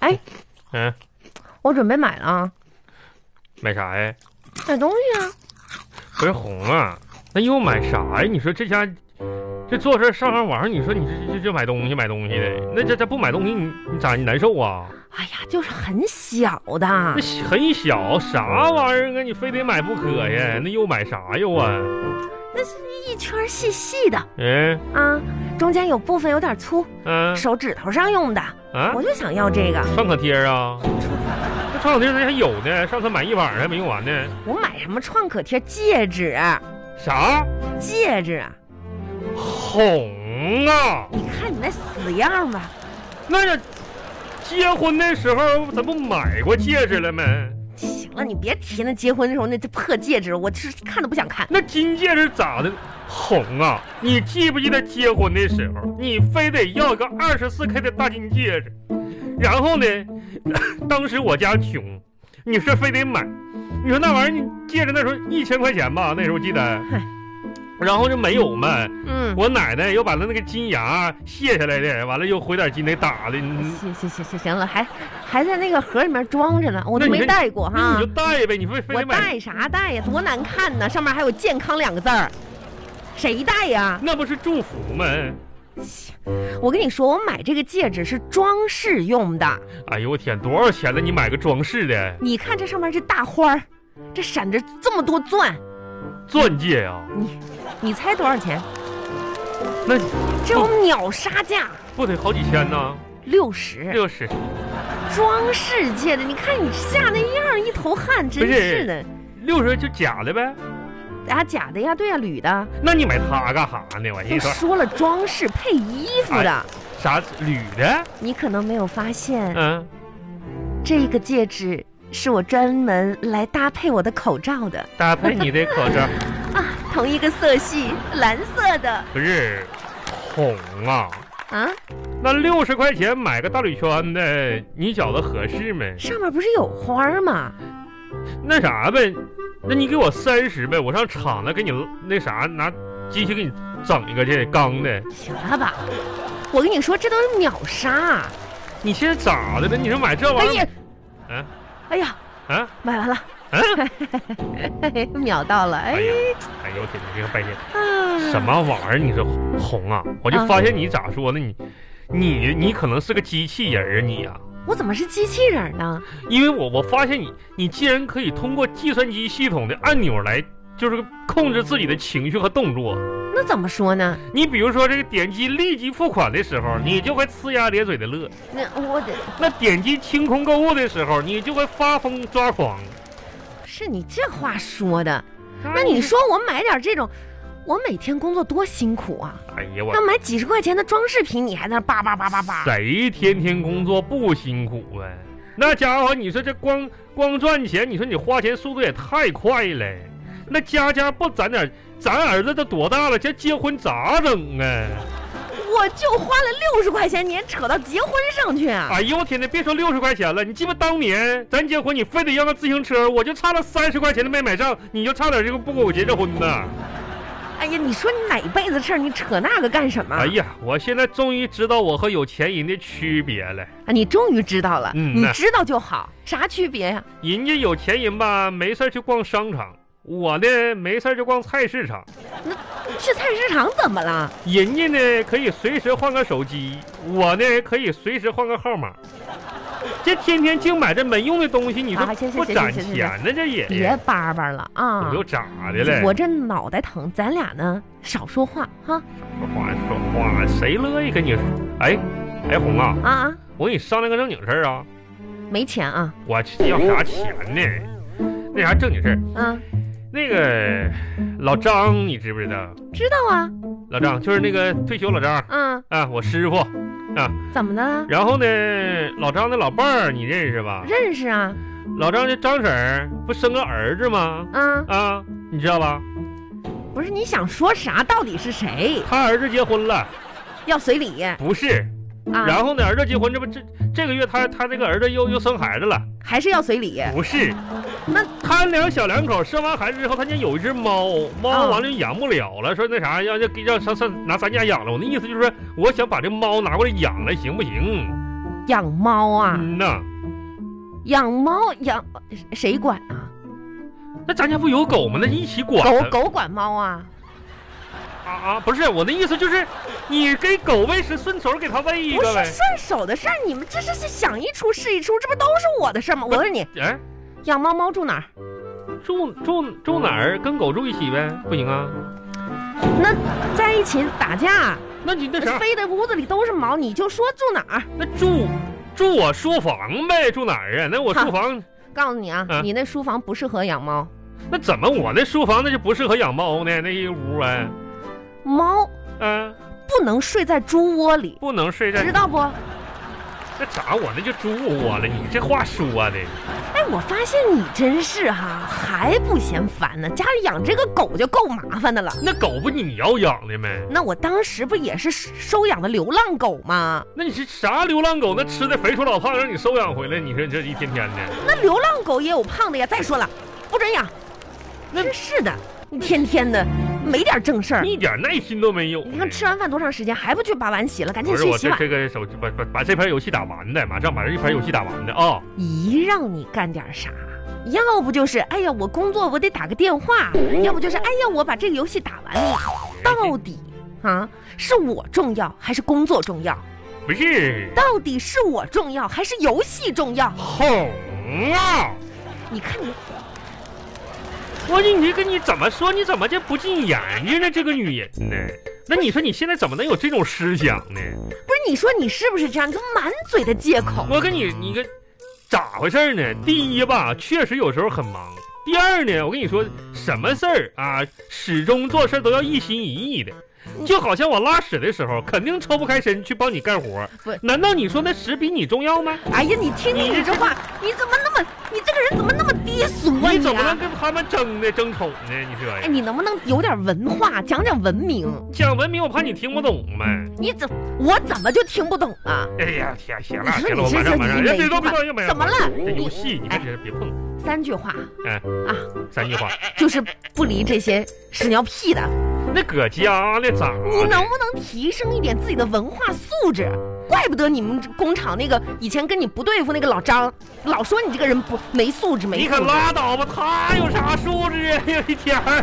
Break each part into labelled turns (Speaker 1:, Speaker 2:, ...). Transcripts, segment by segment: Speaker 1: 哎嗯，
Speaker 2: 我准备买了啊，
Speaker 1: 买啥呀？
Speaker 2: 买东西啊。
Speaker 1: 不是红啊，那又买啥呀？你说这家这做事上上网，你说你这这这买东西买东西的，那这这不买东西你你咋你难受啊？
Speaker 2: 哎呀，就是很小的，
Speaker 1: 那小很小，啥玩意儿啊？你非得买不可呀？那又买啥又啊？
Speaker 2: 那是一圈细细的
Speaker 1: 嗯
Speaker 2: 啊，中间有部分有点粗，
Speaker 1: 嗯
Speaker 2: 手指头上用的。
Speaker 1: 啊，
Speaker 2: 我就想要这个，
Speaker 1: 创可贴啊，那创可贴咱还有呢，上次买一晚上还没用完呢。
Speaker 2: 我买什么创可贴、戒指、啊
Speaker 1: 啥？
Speaker 2: 戒指啊？
Speaker 1: 红啊？
Speaker 2: 你看你那死样吧，
Speaker 1: 那要结婚的时候咱不买过戒指了吗？
Speaker 2: 行了，你别提那结婚的时候那这破戒指，我就是看都不想看。
Speaker 1: 那金戒指咋的？红啊！你记不记得结婚的时候，你非得要个二十四 K 的大金戒指？然后呢， 当时我家穷，你说非得买，你说那玩意儿你戒指那时候一千块钱吧，那时候记得
Speaker 2: 嗨，
Speaker 1: 然后就没有嘛。
Speaker 2: 嗯，
Speaker 1: 我奶奶又把她那个金牙卸下来的，完了又回点金得打的，你
Speaker 2: 行行行行行了，还还在那个盒里面装着呢，我都
Speaker 1: 那
Speaker 2: 没
Speaker 1: 你看
Speaker 2: 戴过
Speaker 1: 那
Speaker 2: 哈
Speaker 1: 你就。戴呗，你非非
Speaker 2: 我
Speaker 1: 得买，
Speaker 2: 戴啥戴呀？多难看呢，上面还有“健康”两个字儿，谁戴呀？
Speaker 1: 那不是祝福吗？
Speaker 2: 我跟你说，我买这个戒指是装饰用的，
Speaker 1: 哎呦我天，多少钱了？你买个装饰的
Speaker 2: 你看这上面这大花儿，这闪着这么多钻，
Speaker 1: 钻戒啊呀、
Speaker 2: 你猜多少钱？
Speaker 1: 那
Speaker 2: 这有秒杀价，
Speaker 1: 不得好几千呢？
Speaker 2: 六十。
Speaker 1: 六十。
Speaker 2: 装饰戒指，你看你吓那样儿，一头汗，真
Speaker 1: 不是
Speaker 2: 是的。
Speaker 1: 六十就假的呗？
Speaker 2: 啊，假的呀，对呀、铝的。
Speaker 1: 那你买它干啥呢？我
Speaker 2: 都
Speaker 1: 一说哎
Speaker 2: 说了装饰配衣服的，
Speaker 1: 啥铝的？
Speaker 2: 你可能没有发现，
Speaker 1: 嗯，
Speaker 2: 这个戒指是我专门来搭配我的口罩的
Speaker 1: 搭配你的口罩
Speaker 2: 啊，同一个色系，蓝色的
Speaker 1: 不是红啊？
Speaker 2: 啊，
Speaker 1: 那六十块钱买个大铝圈的，你觉得合适没？
Speaker 2: 上面不是有花儿吗？
Speaker 1: 那啥呗，那你给我三十呗，我上厂子给你那啥拿机器给你整一个这钢的。
Speaker 2: 行了吧，我跟你说，这都是秒杀。
Speaker 1: 你现在咋的了？你说买这
Speaker 2: 哎
Speaker 1: 玩意
Speaker 2: 呀
Speaker 1: 儿，，嗯
Speaker 2: 哎呀，
Speaker 1: 啊？
Speaker 2: 买完了，
Speaker 1: 嗯、
Speaker 2: 秒到了，哎
Speaker 1: 哎呀，哎呦我天哪，这个白天
Speaker 2: 啊，
Speaker 1: 哎什？么玩意儿？你说红啊？我就
Speaker 2: 啊
Speaker 1: 发现你咋说呢？你你你可能是个机器人儿，你呀、啊
Speaker 2: 我怎么是机器人呢？
Speaker 1: 因为我我发现你，你既然可以通过计算机系统的按钮来，就是控制自己的情绪和动作。
Speaker 2: 那怎么说呢？
Speaker 1: 你比如说这个点击立即付款的时候，你就会呲牙咧嘴的乐；
Speaker 2: 那我得
Speaker 1: 那点击清空购物的时候，你就会发疯抓狂。
Speaker 2: 是你这话说
Speaker 1: 哎
Speaker 2: 的，那你，说我买点这种，我每天工作多辛苦啊！
Speaker 1: 哎呀我
Speaker 2: 那，买几十块钱的装饰品，你还在那叭叭叭叭叭，
Speaker 1: 谁天天工作不辛苦呗？那家伙，你说这光光赚钱，你说你花钱速度也太快了。那家家不攒点，咱儿子都多大了，这结婚咋整啊？
Speaker 2: 我就花了六十块钱，你还扯到结婚上去啊？
Speaker 1: 哎呦我天哪！别说六十块钱了，你记不当年咱结婚，你非得要个自行车，我就差了三十块钱都没买上，你就差点这个不给我结这婚呢。
Speaker 2: 哎呀，你说你哪辈子事儿，你扯那个干什么？
Speaker 1: 哎呀，我现在终于知道我和有钱人的区别了。
Speaker 2: 啊你终于知道了，
Speaker 1: 嗯
Speaker 2: 你
Speaker 1: 那
Speaker 2: 知道就好，啥区别呀、
Speaker 1: 人家有钱人吧，没事儿去逛商场，我呢没事儿就逛菜市场。
Speaker 2: 去菜市场怎么了？
Speaker 1: 人家呢可以随时换个手机，我呢可以随时换个号码。这天天净买这没用的东西，你说
Speaker 2: 啊行行
Speaker 1: 不
Speaker 2: 行
Speaker 1: 攒
Speaker 2: 行行
Speaker 1: 钱呢？这也
Speaker 2: 别叭叭了啊
Speaker 1: 我！又咋的了？
Speaker 2: 我这脑袋疼，咱俩呢少说话哈
Speaker 1: 说话说话，谁乐意跟你？哎，哎，红啊，
Speaker 2: 啊啊！
Speaker 1: 我跟你商量个正经事儿啊！
Speaker 2: 没钱啊，
Speaker 1: 我去要啥钱呢？那啥正经事儿，
Speaker 2: 嗯，
Speaker 1: 那个老张你知不知道？
Speaker 2: 知道啊，
Speaker 1: 老张就是那个退休老张
Speaker 2: 嗯，
Speaker 1: 啊，我师傅。
Speaker 2: 怎么的啦？
Speaker 1: 然后呢，老张的老伴儿你认识吧？
Speaker 2: 认识啊，
Speaker 1: 老张这张婶儿不生个儿子吗？
Speaker 2: 嗯，
Speaker 1: 啊，你知道吧？
Speaker 2: 不是你想说啥？到底是谁
Speaker 1: 他儿子结婚了，
Speaker 2: 要随礼啊？
Speaker 1: 不是？然后呢，儿子结婚，这不这这个月他他这个儿子又又生孩子了，
Speaker 2: 还是要随礼？
Speaker 1: 不是？
Speaker 2: 那
Speaker 1: 他俩小两口生完孩子之后，他家有一只猫，猫
Speaker 2: 啊
Speaker 1: 完了就养不了了，说那啥要要给让上上拿咱家养了。我那意思就是说，我想把这猫拿过来养了，行不行？
Speaker 2: 养猫啊，
Speaker 1: 嗯呐，
Speaker 2: 养猫养谁管啊？
Speaker 1: 那咱家不有狗吗？那一起管
Speaker 2: 狗
Speaker 1: 呗
Speaker 2: 狗管猫啊？
Speaker 1: 啊啊！不是我那意思就是，你给狗喂食，顺手给它喂一
Speaker 2: 不
Speaker 1: 个
Speaker 2: 是
Speaker 1: 呗。
Speaker 2: 顺手的事儿，你们这是想一出是一出，这不都是我的事儿吗？我问你，
Speaker 1: 哎，
Speaker 2: 养猫猫住哪儿？
Speaker 1: 住住住哪儿？跟狗住一起呗？不行啊？
Speaker 2: 那在一起打架，
Speaker 1: 那你那啥，
Speaker 2: 飞的屋子里都是毛，你就说住哪儿？
Speaker 1: 那住住我书房呗？住哪儿啊？那我书
Speaker 2: 好
Speaker 1: 房
Speaker 2: 告诉你啊，
Speaker 1: 啊
Speaker 2: 你那书房不适合养猫，
Speaker 1: 那怎么我那书房那就不适合养猫呢？那一屋啊，
Speaker 2: 猫
Speaker 1: 嗯、
Speaker 2: 不能睡在猪窝里，
Speaker 1: 不能睡在
Speaker 2: 知道不？
Speaker 1: 那咋我那就猪窝了？你这话说的，
Speaker 2: 哎，我发现你真是哈、还不嫌烦呢，家里养这个狗就够麻烦的了。
Speaker 1: 那狗不你要养的吗？
Speaker 2: 那我当时不也是收养的流浪狗吗？
Speaker 1: 那你是啥流浪狗？那吃的肥丑老胖，让你收养回来，你说你这一天天的，
Speaker 2: 那流浪狗也有胖的呀。再说了，不准养，
Speaker 1: 那
Speaker 2: 真是的，你天天的没点正事儿。
Speaker 1: 一点耐心都没有。
Speaker 2: 你看吃完饭多长时间，还不去把碗洗了，赶
Speaker 1: 不
Speaker 2: 紧
Speaker 1: 是
Speaker 2: 去
Speaker 1: 我
Speaker 2: 洗
Speaker 1: 这
Speaker 2: 碗。
Speaker 1: 这个手机把把把这盘游戏打完的，马上把这一盘游戏打完的啊、
Speaker 2: 一让你干点啥，要不就是哎呀我工作我得打个电话，要不就是哎呀我把这个游戏打完。你到底啊是我重要还是工作重要？
Speaker 1: 不是
Speaker 2: 到底是我重要还是游戏重要？
Speaker 1: 哄啊！
Speaker 2: 你看你
Speaker 1: 我说你跟你怎么说？你怎么这不进眼睛呢？这个女人呢？那你说你现在怎么能有这种思想呢？
Speaker 2: 不是你说你是不是这样？你就满嘴的借口。
Speaker 1: 我跟你，你个咋回事儿呢？第一吧，确实有时候很忙。第二呢，我跟你说，什么事儿啊，始终做事儿都要一心一意的。就好像我拉屎的时候，肯定抽不开身去帮你干活
Speaker 2: 不。
Speaker 1: 难道你说那屎比你重要吗？
Speaker 2: 哎呀，你听听
Speaker 1: 你
Speaker 2: 你这话，你怎么那么，你这个人怎么那么低俗啊
Speaker 1: 你怎么
Speaker 2: 啊
Speaker 1: 能跟他们争呢？争宠呢？你这玩意
Speaker 2: 哎，
Speaker 1: 儿，
Speaker 2: 你能不能有点文化，讲讲文明？
Speaker 1: 讲文明，我怕你听不懂呗。
Speaker 2: 你怎我怎么就听不懂啊？
Speaker 1: 哎呀，天，行
Speaker 2: 你
Speaker 1: 了，
Speaker 2: 说你这
Speaker 1: 行了，我马
Speaker 2: 这
Speaker 1: 上马上，
Speaker 2: 你哪
Speaker 1: 哎，别
Speaker 2: 句
Speaker 1: 动，别
Speaker 2: 话
Speaker 1: 动，要不然
Speaker 2: 怎么了？
Speaker 1: 这游
Speaker 2: 你
Speaker 1: 戏你
Speaker 2: 哎
Speaker 1: 看这别碰，哎
Speaker 2: 三句话啊
Speaker 1: 三句话。
Speaker 2: 就是不离这些屎尿屁的。
Speaker 1: 那啊搁家呢咋的？
Speaker 2: 你能不能提升一点自己的文化素质？怪不得你们工厂那个以前跟你不对付那个老张，老说你这个人不没素质，没
Speaker 1: 你
Speaker 2: 素
Speaker 1: 可
Speaker 2: 质。
Speaker 1: 拉倒吧，他有啥素质 啊？哎呦一天儿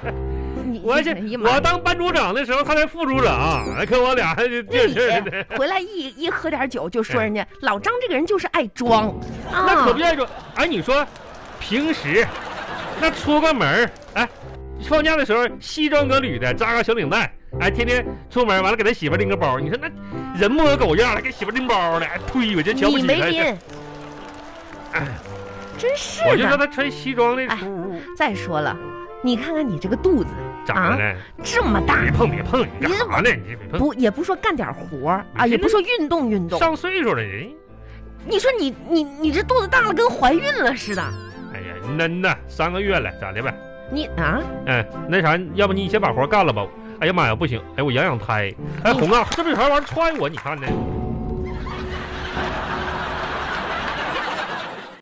Speaker 1: 的，
Speaker 2: 你
Speaker 1: 我这
Speaker 2: 哎呀妈呀
Speaker 1: 我当班组长的时候，他才副组长，跟我俩这这事的，
Speaker 2: 你回来一一喝点酒就说人家老张这个人就是爱装，
Speaker 1: 那可
Speaker 2: 啊
Speaker 1: 不，愿意说。哎，你说平时那出个门儿哎，放假的时候西装革履的，扎个小领带，哎，天天出门完了给他媳妇拎个包，你说那人模狗样的，给媳妇拎包的，哎，推我就瞧不
Speaker 2: 你
Speaker 1: 起
Speaker 2: 没
Speaker 1: 他。
Speaker 2: 拎
Speaker 1: 哎，
Speaker 2: 真是
Speaker 1: 我就说
Speaker 2: 的。
Speaker 1: 他穿西装
Speaker 2: 哎
Speaker 1: 那出屋
Speaker 2: 再说了，你看看你这个肚子
Speaker 1: 咋的了？
Speaker 2: 这么大
Speaker 1: 别，碰别碰，你干啥呢？你别碰。
Speaker 2: 不也不说干点活儿
Speaker 1: 你
Speaker 2: 啊，
Speaker 1: 这
Speaker 2: 也不说运动运动。
Speaker 1: 上岁数了人，
Speaker 2: 你说你你你这肚子大了跟怀孕了似的，
Speaker 1: 哎呀，嫩呐，三个月了，咋的呗？
Speaker 2: 你啊，
Speaker 1: 嗯，那啥，要不你先把活干了吧？哎呀妈呀，不行！哎，我养养胎。哎，红啊，这不有啥玩意儿踹我？你看呢？